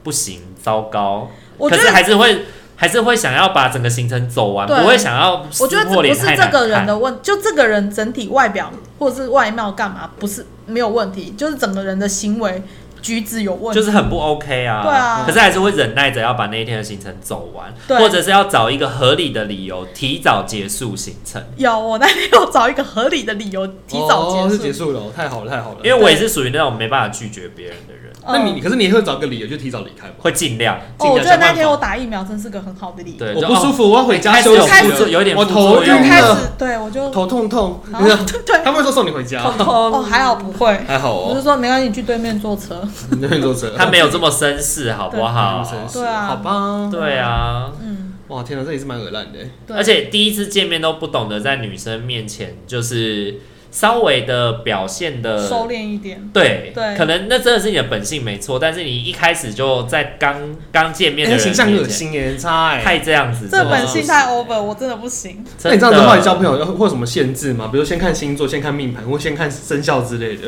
Speaker 1: 不行，糟糕，
Speaker 2: 我
Speaker 1: 可
Speaker 2: 觉
Speaker 1: 是还
Speaker 2: 得。
Speaker 1: 是会还是会想要把整个行程走完，
Speaker 2: 对
Speaker 1: 不会想要
Speaker 2: 我觉得
Speaker 1: 撕破
Speaker 2: 这
Speaker 1: 脸
Speaker 2: 不
Speaker 1: 太
Speaker 2: 是这
Speaker 1: 难
Speaker 2: 个人
Speaker 1: 看
Speaker 2: 的问，就这个人整体外表或者是外貌干嘛不是没有问题，就是整个人的行为举止有问题。
Speaker 1: 就是很不 OK 啊。
Speaker 2: 对啊
Speaker 1: 可是还是会忍耐着要把那一天的行程走完，
Speaker 2: 对
Speaker 1: 或者是要找一个合理的理由提早结束行程。
Speaker 2: 有，我那天有找一个合理的理由提早
Speaker 3: 哦
Speaker 2: 结
Speaker 3: 是
Speaker 2: 束。
Speaker 3: 结束了，太好了，太好了。
Speaker 1: 因为我也是属于那种没办法拒绝别人的人，
Speaker 2: 嗯
Speaker 3: 那你可是你也会找个理由就提早离开吧？
Speaker 1: 会尽量。
Speaker 2: 哦，
Speaker 3: 尽量
Speaker 2: 我觉得那
Speaker 3: 想办
Speaker 2: 天
Speaker 3: 法
Speaker 2: 我打疫苗真是个很好的理由。
Speaker 1: 对，
Speaker 3: 我
Speaker 1: 就哦
Speaker 3: 不舒。服，我要回家
Speaker 1: 开始
Speaker 3: 休息
Speaker 2: 有副
Speaker 1: 作
Speaker 3: 了。
Speaker 1: 有点
Speaker 3: 我
Speaker 1: 副
Speaker 3: 头
Speaker 1: 作
Speaker 2: 就
Speaker 1: 用
Speaker 3: 晕
Speaker 2: 开始
Speaker 3: 了，，
Speaker 2: 对我就
Speaker 3: 头痛痛。
Speaker 2: 然
Speaker 1: 啊
Speaker 2: 后 <laughs> 对
Speaker 3: <laughs> 他们会说送你回家，
Speaker 2: 哦还好不会，
Speaker 3: 还好
Speaker 2: 我就
Speaker 3: 哦。
Speaker 2: 说没关系，你去对面坐车。
Speaker 3: 你那边坐车，
Speaker 1: 哦他没有这么绅士，好不好？
Speaker 2: 对啊
Speaker 3: 好吧。
Speaker 1: 对啊，
Speaker 2: 嗯，
Speaker 3: 哇，天哪，这也是蛮恶烂的。
Speaker 2: 对
Speaker 1: 而且第一次见面都不懂得在女生面前就是稍微的表现的
Speaker 2: 收敛一点。
Speaker 1: 对，
Speaker 2: 对
Speaker 1: 可能那真的是你的本性没错，但是你一开始就在刚刚见面的
Speaker 3: 哎，
Speaker 1: 人
Speaker 3: 形象很
Speaker 1: 面
Speaker 3: 恶
Speaker 1: 前，
Speaker 3: 心耶，很差哎。
Speaker 1: 太这样子，
Speaker 2: 这
Speaker 1: 真的
Speaker 2: 本
Speaker 1: 是
Speaker 2: 性太 over，我真的不行。
Speaker 3: 那你这
Speaker 1: 真
Speaker 3: 样子的
Speaker 1: 的
Speaker 3: 话，你交朋友要会有什么限制吗？比如先看星座，先看命盘，或先看生肖之类
Speaker 2: <laughs>
Speaker 3: 的。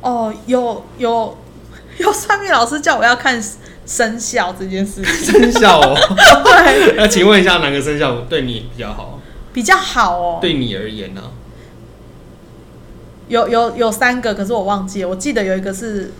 Speaker 2: 哦，有有有算命老师叫我要看生肖这件事情，
Speaker 3: 生肖哦，
Speaker 2: 对，
Speaker 3: 那请问一下，哪个生肖对你比较好？
Speaker 2: 比较好哦。
Speaker 3: 对你而言呢？
Speaker 2: 有有有三个，可是我忘记了，我记得有一个是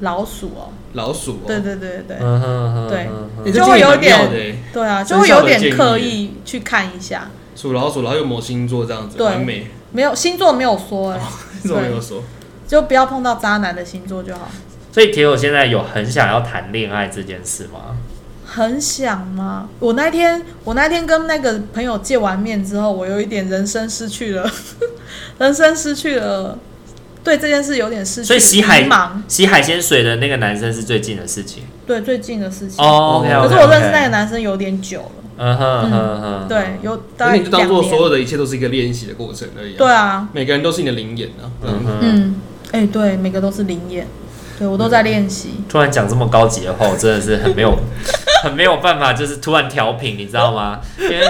Speaker 2: 老鼠哦。
Speaker 3: 老鼠哦。
Speaker 2: 对对对对对，
Speaker 1: 嗯哼哼，
Speaker 2: 对
Speaker 1: 哼哼
Speaker 3: 欸，
Speaker 2: 就会有点
Speaker 3: 这建议蛮妙的欸
Speaker 2: 对啊，就
Speaker 3: 生
Speaker 2: 会
Speaker 3: 肖
Speaker 2: 有
Speaker 3: 的建
Speaker 2: 点
Speaker 3: 议
Speaker 2: 刻
Speaker 3: 耶
Speaker 2: 意去看一下。
Speaker 3: 属老鼠，然后又某星座这样子，
Speaker 2: 对
Speaker 3: 完美。
Speaker 2: 没有星座没有说哎、
Speaker 3: 这种有说，
Speaker 2: 就不要碰到渣男的星座就好。
Speaker 1: 所以铁友现在有很想要谈恋爱这件事吗？
Speaker 2: 很想吗？我那天我那天跟那个朋友见完面之后，我有一点人生失去了， <laughs> 人生失去了，对这件事有点失去
Speaker 1: 所以洗海
Speaker 2: 迷茫。
Speaker 1: 洗海鲜水的那个男生是最近的事情
Speaker 2: 对最近的事情。
Speaker 1: 哦。OK，
Speaker 2: 可是我认识那个，男生有点久了，
Speaker 1: 嗯哼哼哼，
Speaker 2: 对，有大
Speaker 3: 而且
Speaker 2: 概
Speaker 3: 你就当做
Speaker 2: 两年
Speaker 3: 所有的一切都是一个练习的过程而已、
Speaker 2: 对，啊，
Speaker 3: 每个人都是你的灵眼啊。 <laughs>
Speaker 1: 嗯
Speaker 3: 嗯，
Speaker 1: 哼，
Speaker 2: 嗯，哎、对，每个都是灵验，对我都在练习。
Speaker 1: 突然讲这么高级的话，我真的是很没有 <laughs> 很没有办法，就是突然调频，你知道吗？因为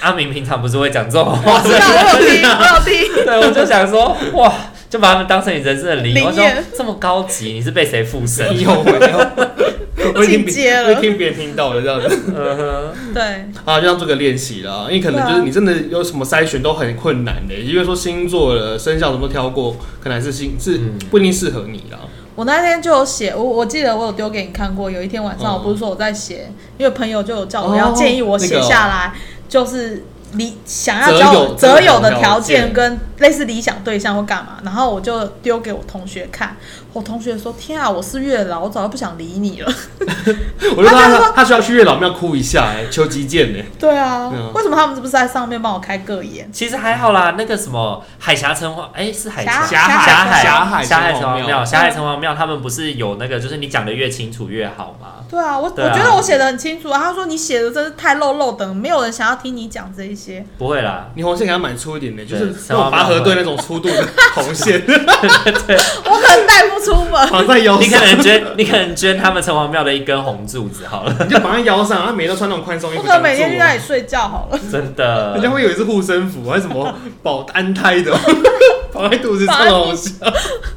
Speaker 1: 阿明平常不是会讲这种
Speaker 2: 我 <laughs>
Speaker 1: 话，
Speaker 2: 知
Speaker 1: 所以
Speaker 2: 道，我有听，我有听。
Speaker 1: 对，我就想说，哇，就把他们当成你人生的灵
Speaker 2: 灵
Speaker 1: 验。我说
Speaker 2: 验
Speaker 1: 这么高级，你是被谁附身？
Speaker 3: 有我有我已经
Speaker 2: <laughs> 进阶了
Speaker 3: 我已经听别人听到了这样子。
Speaker 1: 嗯哼，
Speaker 2: 对，
Speaker 3: 啊，就要做个练习啦，因为可能
Speaker 2: 啊
Speaker 3: 就是你真的有什么筛选都很困难的、因为说星座的生肖什么都挑过，可能还是星是
Speaker 1: 嗯
Speaker 3: 不一定适合你
Speaker 2: <laughs>
Speaker 3: 啦。
Speaker 2: 我那天就有写，我我记得我有丢给你看过。有一天晚上，
Speaker 3: 嗯
Speaker 2: 我不是说我在写，因为朋友就有叫我
Speaker 3: 哦
Speaker 2: 要建议我写下来，就是理想要交我
Speaker 3: 择友
Speaker 2: 择友的条
Speaker 3: 条
Speaker 2: 件
Speaker 3: 件
Speaker 2: 跟类似理想对象或干嘛，然后我就丢给我同学看。我同学说：“天啊，我是月老，我早就不想理你了。 <laughs>
Speaker 3: 我就说
Speaker 2: 啊他就
Speaker 3: 他
Speaker 2: 说
Speaker 3: 他需要去月老庙哭一下、哎，求极剑呢。”
Speaker 2: 对啊，
Speaker 3: 嗯
Speaker 2: 为什么他们不是在上面帮我开个眼？
Speaker 1: 其实还好啦。那个什么海峡城隍，哎、是海 <laughs> 峡
Speaker 2: 峡啊海嗯
Speaker 1: 峡
Speaker 3: 峡海
Speaker 1: 峡海
Speaker 3: 城
Speaker 1: 城
Speaker 3: 隍
Speaker 1: 隍庙，
Speaker 3: 庙
Speaker 1: 峡海城隍庙，他们不是有那个，就是你讲的越清楚越好吗？
Speaker 2: 对啊，我
Speaker 1: 对啊
Speaker 2: 我觉得我写的很清楚啊。他说你写的真是太漏漏等，没有人想要听你讲这一些。
Speaker 1: 不会 <laughs> 啦，
Speaker 3: 你红线给他买粗一点的、就
Speaker 1: 对
Speaker 3: 是那种拔河队那种粗度的
Speaker 1: <laughs>
Speaker 3: 红线，
Speaker 2: 我可能带不出门。
Speaker 3: 绑在腰
Speaker 1: 你可
Speaker 3: 上，
Speaker 1: 能捐，你可能捐他们城隍庙的一根红柱子好了，
Speaker 3: 你就绑在腰上，然后每天都穿那种宽松衣
Speaker 2: 我
Speaker 3: 服
Speaker 2: 可
Speaker 3: 挡
Speaker 2: 能
Speaker 3: 住
Speaker 2: 每天去那里
Speaker 3: 哦。
Speaker 2: 睡觉好了，
Speaker 1: 真
Speaker 3: 人家
Speaker 1: 的。
Speaker 3: 会以为是护身符还是什么保安胎的， <laughs> 绑在肚子上的红线。
Speaker 2: <laughs>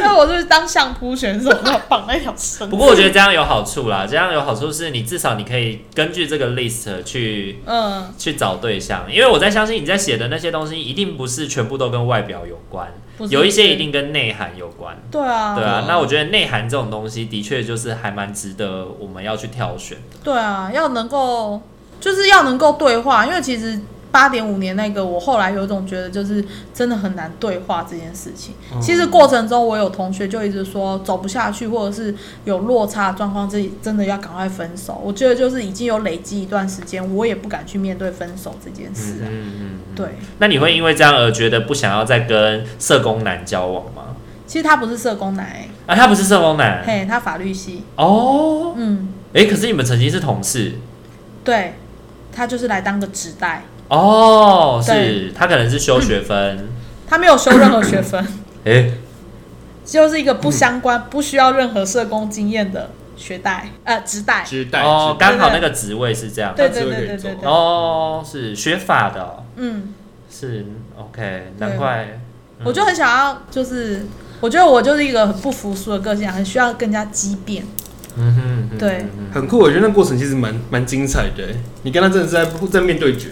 Speaker 2: 那我就是当相扑选手，然后绑那条绳
Speaker 1: 不。过我觉得这样有好处啦，这样有好处是你至少你可以根据这个 list 去
Speaker 2: 嗯，
Speaker 1: 去找对象，因为我在相信你在写的那些东西一定不是全部都跟外表有关，
Speaker 2: 不是
Speaker 1: 有一些一定跟内涵有关。
Speaker 2: 对啊，
Speaker 1: 对啊
Speaker 3: 哦，
Speaker 1: 那我觉得内涵这种东西的确就是还蛮值得我们要去挑选的。
Speaker 2: 对啊，要能够就是要能够对话，因为其实八点五年那个，我后来有一种觉得就是真的很难对话这件事情。
Speaker 1: 嗯
Speaker 2: 其实过程中我有同学就一直说走不下去，或者是有落差的状况，这真的要赶快分手。我觉得就是已经有累积一段时间，我也不敢去面对分手这件事啊。
Speaker 1: 嗯嗯。
Speaker 2: 对，
Speaker 1: 那你会因为这样而觉得不想要再跟社工男交往吗？
Speaker 2: 其实他不是社工男、
Speaker 1: 啊，他不是社工
Speaker 2: 欸，
Speaker 1: 男
Speaker 2: 嘿，他法律系，
Speaker 1: 哦。
Speaker 2: 嗯。
Speaker 1: 哎、可是你们曾经是同事
Speaker 2: 对，他就是来当个纸袋，
Speaker 1: 哦，是他可能是修学
Speaker 2: <laughs>
Speaker 1: 分。
Speaker 2: 他没有修任何学分，
Speaker 3: <coughs>
Speaker 1: 哎、
Speaker 2: 就是一个不相关、不需要任何社工经验的学贷，呃，纸袋。
Speaker 3: 织带
Speaker 1: 哦，
Speaker 3: 织带
Speaker 1: 刚好那个职位是这样。
Speaker 2: 对
Speaker 3: 啊他
Speaker 2: 对
Speaker 3: 只会
Speaker 2: 对
Speaker 3: 给
Speaker 2: 对
Speaker 3: 你
Speaker 2: 对
Speaker 3: 做
Speaker 2: 对，
Speaker 1: 哦，是学法的哦、
Speaker 2: 嗯，
Speaker 1: 是 OK，
Speaker 2: 对
Speaker 1: 难怪。嗯
Speaker 2: 我就很想要，就是我觉得我就是一个很不服输的个性，啊很需要更加激辩。
Speaker 1: 嗯哼嗯哼
Speaker 2: 对
Speaker 1: 嗯哼
Speaker 3: 很酷，我觉得那过程其实蛮蛮精彩的欸。你跟他真的是在正面对决，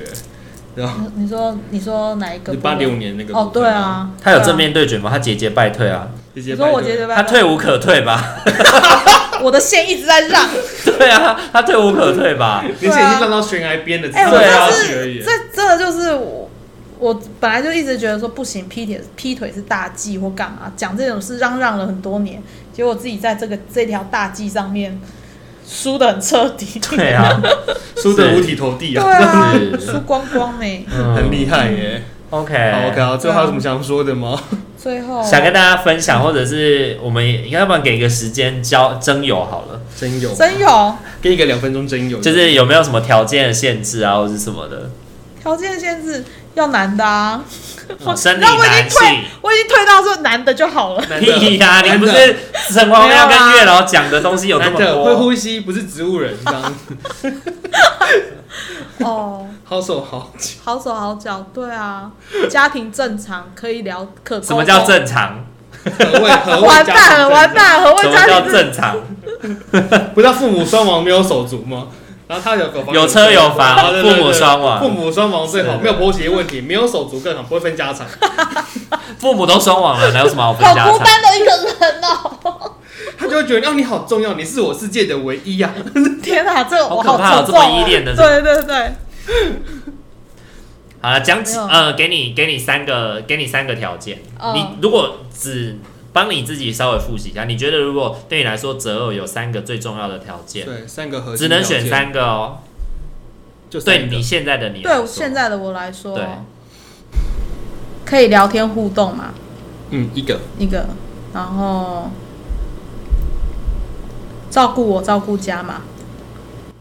Speaker 3: 然后
Speaker 2: 你你说你说哪一个
Speaker 3: 嗯你
Speaker 2: 部分？
Speaker 3: 八点五年那个
Speaker 2: 哦，对，啊，
Speaker 1: 他有
Speaker 2: 对啊
Speaker 1: 正。面对决吗？他节节败退啊，
Speaker 3: 直接
Speaker 2: 你说我觉
Speaker 3: 得
Speaker 2: 得吧，
Speaker 1: 他退无可退吧？ <laughs>
Speaker 2: 我的线一直在让。
Speaker 1: 对啊，他退无可退
Speaker 2: <laughs>
Speaker 1: 吧？
Speaker 3: 你现在已经烂到悬崖边了，只
Speaker 2: 哎、
Speaker 3: 是
Speaker 2: 我
Speaker 1: 对啊
Speaker 3: 拉
Speaker 2: 这
Speaker 3: 起而
Speaker 2: 是
Speaker 3: 已。
Speaker 2: 这真的就是我，我本来就一直觉得说不行，劈腿劈腿是大忌或干嘛，讲这种事嚷嚷了很多年，结果自己在这个这条大忌上面输的很彻底。
Speaker 1: 对啊，
Speaker 3: 输得五体投地
Speaker 2: <laughs> 对
Speaker 3: 啊，
Speaker 2: 啊，
Speaker 1: 是
Speaker 2: 输光光呢、哎
Speaker 1: 嗯
Speaker 3: <laughs> 很厉害耶。
Speaker 1: OK
Speaker 3: 好，OK 啊，最后还有什么想说的吗？
Speaker 2: 最后
Speaker 1: 想跟大家分享，或者是我们也要不然给一个时间交征友好了，
Speaker 3: 真有，
Speaker 2: 真有
Speaker 3: 给你个两分钟真有，
Speaker 1: 就是有没有什么条件的限制啊，或者是什么的？
Speaker 2: 条件限制，要男的啊。
Speaker 1: 哦生理
Speaker 2: 那我已经
Speaker 1: 男
Speaker 2: 退
Speaker 1: 性。，
Speaker 2: 我已经退到说男的就好了。
Speaker 3: 男的
Speaker 1: 屁呀、你不是陈光要跟月老讲的东西有这
Speaker 3: 男
Speaker 1: 么
Speaker 3: 的会
Speaker 1: 多？
Speaker 3: 呼吸，不是植物人，这样
Speaker 2: 哦，
Speaker 3: 好手好
Speaker 2: <laughs>
Speaker 3: 脚。
Speaker 2: 好手好脚，对啊，家庭正常，可以聊可沟
Speaker 1: 什么叫
Speaker 2: 通？
Speaker 1: 正常？
Speaker 3: 何谓何谓
Speaker 2: 完
Speaker 3: 家庭
Speaker 2: 蛋了，
Speaker 3: 正
Speaker 2: 完蛋了，何
Speaker 1: 什
Speaker 2: 谓
Speaker 1: 么
Speaker 2: 家
Speaker 1: 叫
Speaker 2: 庭
Speaker 1: 正常？
Speaker 3: 常？不知道父母双亡没有手足吗？然后他有个房
Speaker 1: 有车有房
Speaker 3: 啊对对对
Speaker 1: 父母双亡
Speaker 3: 父母双亡最好，
Speaker 1: 是
Speaker 3: 没有婆媳问题，没有手足更好，不会分家产。
Speaker 1: 父母都双亡了，哪有什么好分
Speaker 2: 好
Speaker 1: 家
Speaker 2: 孤
Speaker 1: 产？
Speaker 2: 单的一个人哦！
Speaker 3: 他就会觉得，哦，你好重要，你是我世界的唯一呀、啊。
Speaker 2: 天哪，这个我
Speaker 1: 好可怕哦
Speaker 2: 沉重
Speaker 1: 这么依恋的
Speaker 2: 对对对，
Speaker 1: 好了，讲几
Speaker 2: 没有
Speaker 1: 呃，给你给你三个，给你三个条件。
Speaker 2: 嗯
Speaker 1: 你如果只帮你自己稍微复习一下，你觉得如果对你来说择偶有三个最重要的条件，
Speaker 3: 对，三个核
Speaker 1: 只
Speaker 3: 心
Speaker 1: 能选
Speaker 3: 条件，
Speaker 1: 三个哦。
Speaker 3: 就三
Speaker 1: 对
Speaker 3: 个
Speaker 1: 你现在的你来
Speaker 2: 对
Speaker 1: 说，
Speaker 2: 现在的我来说
Speaker 1: 对，
Speaker 2: 可以聊天互动嘛，
Speaker 3: 嗯一个
Speaker 2: 一个，然后照顾我，照顾家嘛。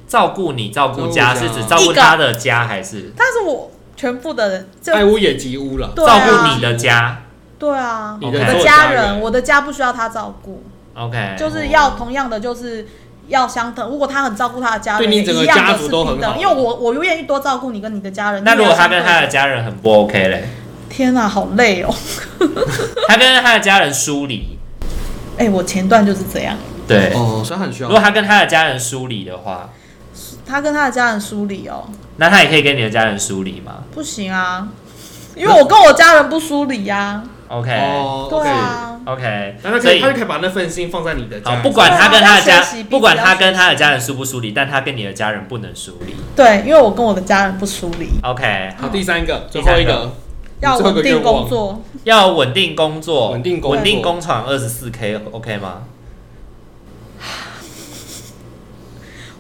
Speaker 1: 照顾你照顾家
Speaker 3: 照顾
Speaker 1: 是
Speaker 3: 家
Speaker 1: 指照顾他的家还是
Speaker 2: 但是我全部的人，就
Speaker 3: 爱屋也及乌了，
Speaker 2: 对
Speaker 1: 照
Speaker 2: 啊
Speaker 1: 顾你的家？
Speaker 2: 对啊，
Speaker 1: 你
Speaker 2: 我
Speaker 1: 的
Speaker 2: 的
Speaker 1: 做
Speaker 3: 家
Speaker 2: 家人，
Speaker 3: 人
Speaker 2: 我的家不需要他照顾，
Speaker 1: OK，
Speaker 2: 就是要同样的就是。要相等，如果他很照顾他的家人，
Speaker 3: 对你整个
Speaker 2: 也一样的
Speaker 3: 家族
Speaker 2: 是
Speaker 3: 都
Speaker 2: 平
Speaker 3: 很
Speaker 2: 等
Speaker 3: 好
Speaker 2: 因为我我愿意多照顾你跟你的家人。
Speaker 1: 那如果他跟他的
Speaker 2: 的
Speaker 1: 家人很不 OK 嘞，
Speaker 2: 天哪、好累哦！
Speaker 1: 他跟他的家人疏离，
Speaker 2: 哎、我前段就是这样，
Speaker 1: 对，
Speaker 3: 哦，所以他很需
Speaker 1: 如
Speaker 3: 要
Speaker 1: 果。他跟他的家人疏离的话，
Speaker 2: 他跟他的家人疏离哦，
Speaker 1: 那他也可以跟你的家人疏离吗
Speaker 2: 不行啊，
Speaker 1: <laughs>
Speaker 2: 因为我跟我家人不疏离呀、
Speaker 1: ？OK，
Speaker 3: 哦
Speaker 2: 对啊，
Speaker 1: OK，
Speaker 3: 那他
Speaker 1: 所
Speaker 3: 可
Speaker 1: 以
Speaker 3: 以，他就可以把那份心放在你的家
Speaker 1: 好，
Speaker 3: 里。
Speaker 1: 不管他跟他的
Speaker 2: 对啊要
Speaker 1: 家
Speaker 2: 学习，
Speaker 1: 不管他跟他的
Speaker 2: 彼此
Speaker 1: 家人疏不疏离，但他跟你的家人不能疏离。
Speaker 2: 对，因为我跟我的家人不疏离，
Speaker 1: OK，
Speaker 3: 好，第三个，最
Speaker 1: 第
Speaker 3: 后
Speaker 1: 三
Speaker 3: 一
Speaker 1: 个
Speaker 3: 个，
Speaker 2: 要
Speaker 3: 最后一
Speaker 2: 稳
Speaker 3: 个
Speaker 2: 定
Speaker 3: 愿望
Speaker 2: 工作，
Speaker 1: 要稳定工作，
Speaker 3: 稳定工
Speaker 1: 稳定
Speaker 3: 作
Speaker 1: 工厂二十四 K，OK 吗？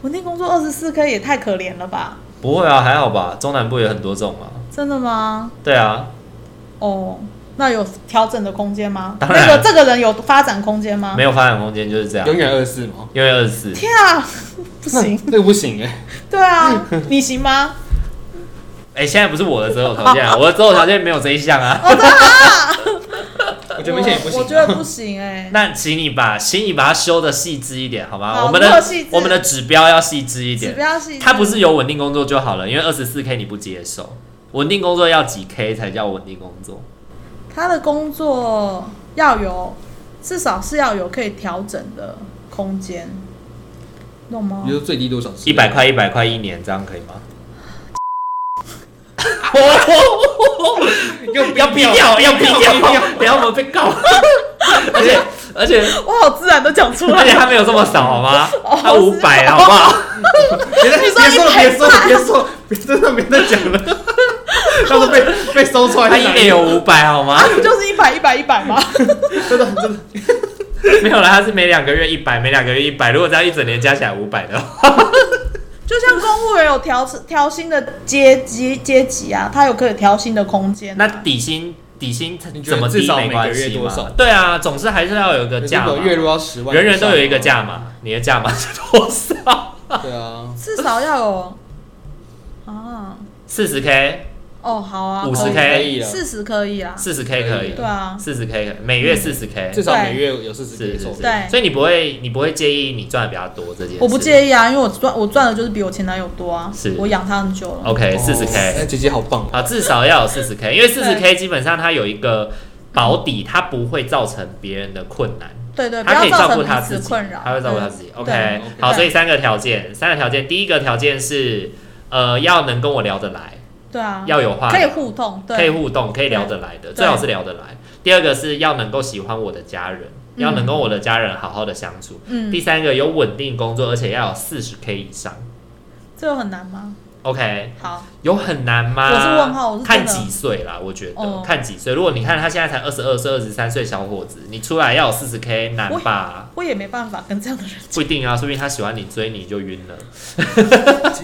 Speaker 2: 稳定工作二十四 K 也太可怜了吧？
Speaker 1: 不会啊，还好吧，中南部有很多这种啊。
Speaker 2: 真的吗？
Speaker 1: 对啊，
Speaker 2: 哦，那有调整的空间吗？
Speaker 1: 当然
Speaker 2: 那个这个人有发展空间吗？
Speaker 1: 没有发展空间就是这样，
Speaker 3: 永远二四吗？
Speaker 1: 因为二十四。
Speaker 2: 天啊， <laughs> 不行，
Speaker 3: <laughs> 那，那不行哎。
Speaker 2: 对啊，你行吗？ <laughs>
Speaker 1: 哎，现在不是我的择偶条件啊，我的择偶条件没有这一项啊。
Speaker 2: 哦
Speaker 3: 我觉得明显也不行。
Speaker 2: 我觉得不行哎、
Speaker 1: <laughs> 那请你把，请你把它修的细致一点，好吗？
Speaker 2: 好
Speaker 1: 我们的
Speaker 2: 我有细致
Speaker 1: 我们的指标要细致一
Speaker 2: 指
Speaker 1: 点，
Speaker 2: 标是
Speaker 1: 它不是有稳定工作就好了，因为二十四 K 你不接受，稳定工作要几 K 才叫稳定工作？
Speaker 2: 他的工作要有，至少是要有可以调整的空间，懂吗
Speaker 3: 你？说最低多少？
Speaker 1: 一百。块，一百块一年，这样可以 <laughs> 吗？
Speaker 3: 又
Speaker 1: 哦要逼掉，要逼掉， <laughs> 等下我们被告。而且而且
Speaker 2: 我好自然都讲出
Speaker 1: 而
Speaker 2: 来
Speaker 1: 且
Speaker 2: 了。
Speaker 1: 他 <laughs> 没有这么少好吗？他
Speaker 2: 我
Speaker 1: 五
Speaker 2: 知道
Speaker 1: 百好不好？
Speaker 3: 别再别
Speaker 2: 说
Speaker 3: 说了，
Speaker 2: 一
Speaker 3: 别说了，别说了，别真的别再讲了，
Speaker 2: <laughs>
Speaker 3: 他们被被搜出来。
Speaker 1: 他一年有五百好吗
Speaker 2: 啊，？不就是一百一百一百
Speaker 1: <laughs>
Speaker 2: 吗？
Speaker 3: 真的真的，
Speaker 1: 没有了，他是每两个月一百，每两个月一百。如果这样一整年加起来五百的话，
Speaker 2: 就像公务员有调调薪的阶级阶级啊，他有可以调薪的空间、
Speaker 1: 那
Speaker 2: 啊。
Speaker 1: 底薪底薪
Speaker 3: 你觉
Speaker 1: 怎
Speaker 3: 得
Speaker 1: 么
Speaker 3: 至
Speaker 1: 低
Speaker 3: 少
Speaker 1: 没
Speaker 3: 每
Speaker 1: 关
Speaker 3: 个月
Speaker 1: 系
Speaker 3: 多
Speaker 1: 嘛
Speaker 3: 少？
Speaker 1: 对啊，总是还是要有一个价
Speaker 3: 如
Speaker 1: 嘛
Speaker 3: 果。月入要十万，
Speaker 1: 人人都有一个价。嘛，你的价码是多少？
Speaker 3: 对啊，
Speaker 2: 至少要有啊，
Speaker 1: 四十 K，
Speaker 2: 哦，好啊，
Speaker 1: 50
Speaker 3: 哦
Speaker 1: K
Speaker 3: 可以了，
Speaker 2: 四十可以啊，
Speaker 1: 四十 K 可以
Speaker 2: 对，啊，
Speaker 1: 四十 K 可以，每月四十 K，
Speaker 3: 至少每月有四十 K
Speaker 1: 是是
Speaker 3: 收
Speaker 1: 是，
Speaker 3: 入。
Speaker 2: 对
Speaker 1: 所以你不会你不会介意你赚的比较多这件事？
Speaker 2: 我不介意啊，因为我赚我赚的就是比我前男友多啊，
Speaker 1: 是
Speaker 2: 我养他很久了。
Speaker 1: OK，
Speaker 3: 哦
Speaker 1: 四十
Speaker 3: 哎
Speaker 1: K， <laughs> 啊
Speaker 3: 姐姐好棒哦，
Speaker 1: 好，至少要有四十 K，因为四十 K 基本上它有一个保底，它不会造成别人的困难，
Speaker 2: 对对，不
Speaker 1: 它可
Speaker 2: 要
Speaker 1: 以
Speaker 2: 造
Speaker 1: 照
Speaker 2: 成
Speaker 1: 顾他
Speaker 2: 彼
Speaker 1: 自
Speaker 2: 此
Speaker 1: 己，
Speaker 2: 困扰。
Speaker 1: 他会照顾他
Speaker 2: 对
Speaker 1: 自己。OK，
Speaker 2: 对
Speaker 3: OK
Speaker 1: 好，所以三个条件，三个条件，第一个条件是呃要能跟我聊得来，
Speaker 2: 对啊，
Speaker 1: 要有话
Speaker 2: 可以互动，对，
Speaker 1: 可以互动，可以聊得来的，最好是聊得来。第二个是要能够喜欢我的家人，
Speaker 2: 嗯
Speaker 1: 要能跟我的家人好好的相处。
Speaker 2: 嗯
Speaker 1: 第，三个有稳定工作，而且要有四十 K 以上。
Speaker 2: 这个很难吗？
Speaker 1: OK，
Speaker 2: 好，
Speaker 1: 有很难吗？
Speaker 2: 我是问号我是真
Speaker 1: 看
Speaker 2: 的
Speaker 1: 几岁啦，我觉得、
Speaker 2: 哦
Speaker 1: 看几岁。如果你看他现在才二十二岁、二十三岁小伙子，你出来要有四十 K 难吧？
Speaker 2: 我也没办法跟这样的人。
Speaker 1: 不一定啊，说不定他喜欢你追你就晕了。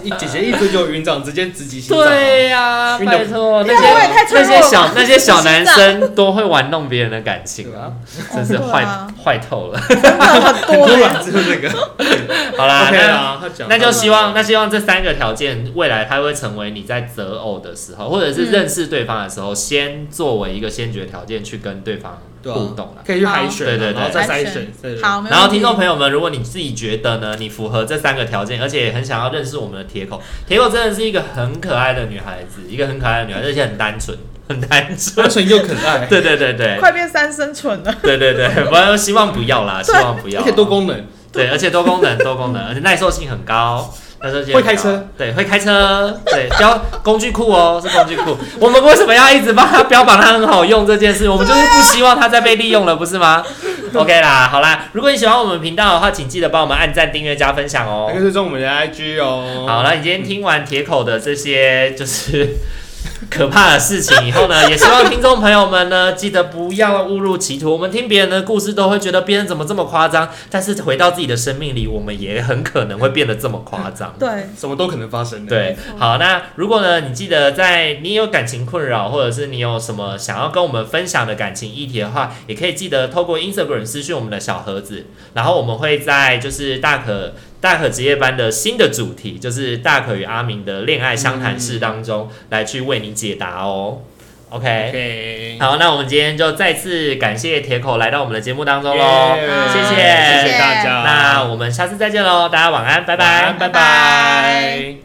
Speaker 3: 一姐姐一追就有晕胀，直接直击心脏。
Speaker 1: 对呀、
Speaker 3: 晕得
Speaker 1: 拜托那
Speaker 2: 因为我也
Speaker 1: 些
Speaker 2: 太脆
Speaker 1: 那
Speaker 2: 弱
Speaker 1: 些
Speaker 2: 了
Speaker 1: 小那些小男
Speaker 2: 心
Speaker 1: 生都会玩弄别人的感情啊，真是
Speaker 2: 哦对
Speaker 1: 坏
Speaker 2: 啊
Speaker 1: 坏、透了。
Speaker 2: 真的很多欸
Speaker 3: 突
Speaker 2: 耶
Speaker 3: 然之后这个
Speaker 1: <laughs> 好啦
Speaker 3: OK
Speaker 1: 啊
Speaker 3: 啊
Speaker 1: 那
Speaker 3: 啦，他讲
Speaker 1: 那就希望，
Speaker 3: 那
Speaker 1: 那希望这三个条件未来它会成为你在择偶的时候，或者是
Speaker 2: 嗯
Speaker 1: 认识对方的时候，先作为一个先决条件去跟对啊方互动啦。
Speaker 3: 啊可以去海选啊，
Speaker 1: 对对对
Speaker 3: 然后再
Speaker 2: 海
Speaker 3: 筛
Speaker 2: 选
Speaker 3: 选，对对对
Speaker 2: 好，没问题
Speaker 1: 然后，听众朋友们，如果你自己觉得呢，你符合这三个条件，而且也很想要认识我们的铁口，铁口真的是一个很可爱的女孩子，一个很可爱的女孩子，而且很单纯，很单纯 <laughs>
Speaker 3: 单。纯又可爱，
Speaker 1: 对对对对
Speaker 2: 快变三生蠢了，
Speaker 1: 对对对，不然希望不要啦，希望不要。
Speaker 3: 而且多功能，
Speaker 1: 对，而且多功能，多功能，而且耐受性很高。耐受性很高
Speaker 3: 会开车，
Speaker 1: 对，会开车，对，标工具库哦，是工具库。我们为什么要一直帮他标榜它很好用这件事？我们就是不希望它再被利用了，不是吗？OK 啦，好啦，如果你喜欢我们频道的话，请记得帮我们按赞、订阅、加分享哦
Speaker 3: 还可。以追踪我们的 IG 哦。
Speaker 1: 好，那你今天听完铁口的这些就是 <laughs> 可怕的事情以后呢，也希望听众朋友们呢，记得不要误入歧途。我们听别人的故事都会觉得别人怎么这么夸张，但是回到自己的生命里，我们也很可能会变得这么夸张。
Speaker 2: 对，
Speaker 3: 什么都可能发生的。
Speaker 1: 对，好，那如果呢，你记得在你有感情困扰，或者是你有什么想要跟我们分享的感情议题的话，也可以记得透过 Instagram 私讯我们的小盒子，然后我们会在就是大可大可职业班的新的主题，嗯就是大可与阿明的恋爱相谈室当中、来去为你解答哦。 OK，
Speaker 3: OK，
Speaker 1: 好，那我们今天就再次感谢铁口来到我们的节目当中喽。
Speaker 3: 耶
Speaker 1: 谢谢
Speaker 3: 谢谢大家。
Speaker 1: 那我们下次再见喽，大家晚安，拜
Speaker 3: 晚
Speaker 1: 拜
Speaker 3: 安，拜
Speaker 2: 拜拜
Speaker 3: 拜。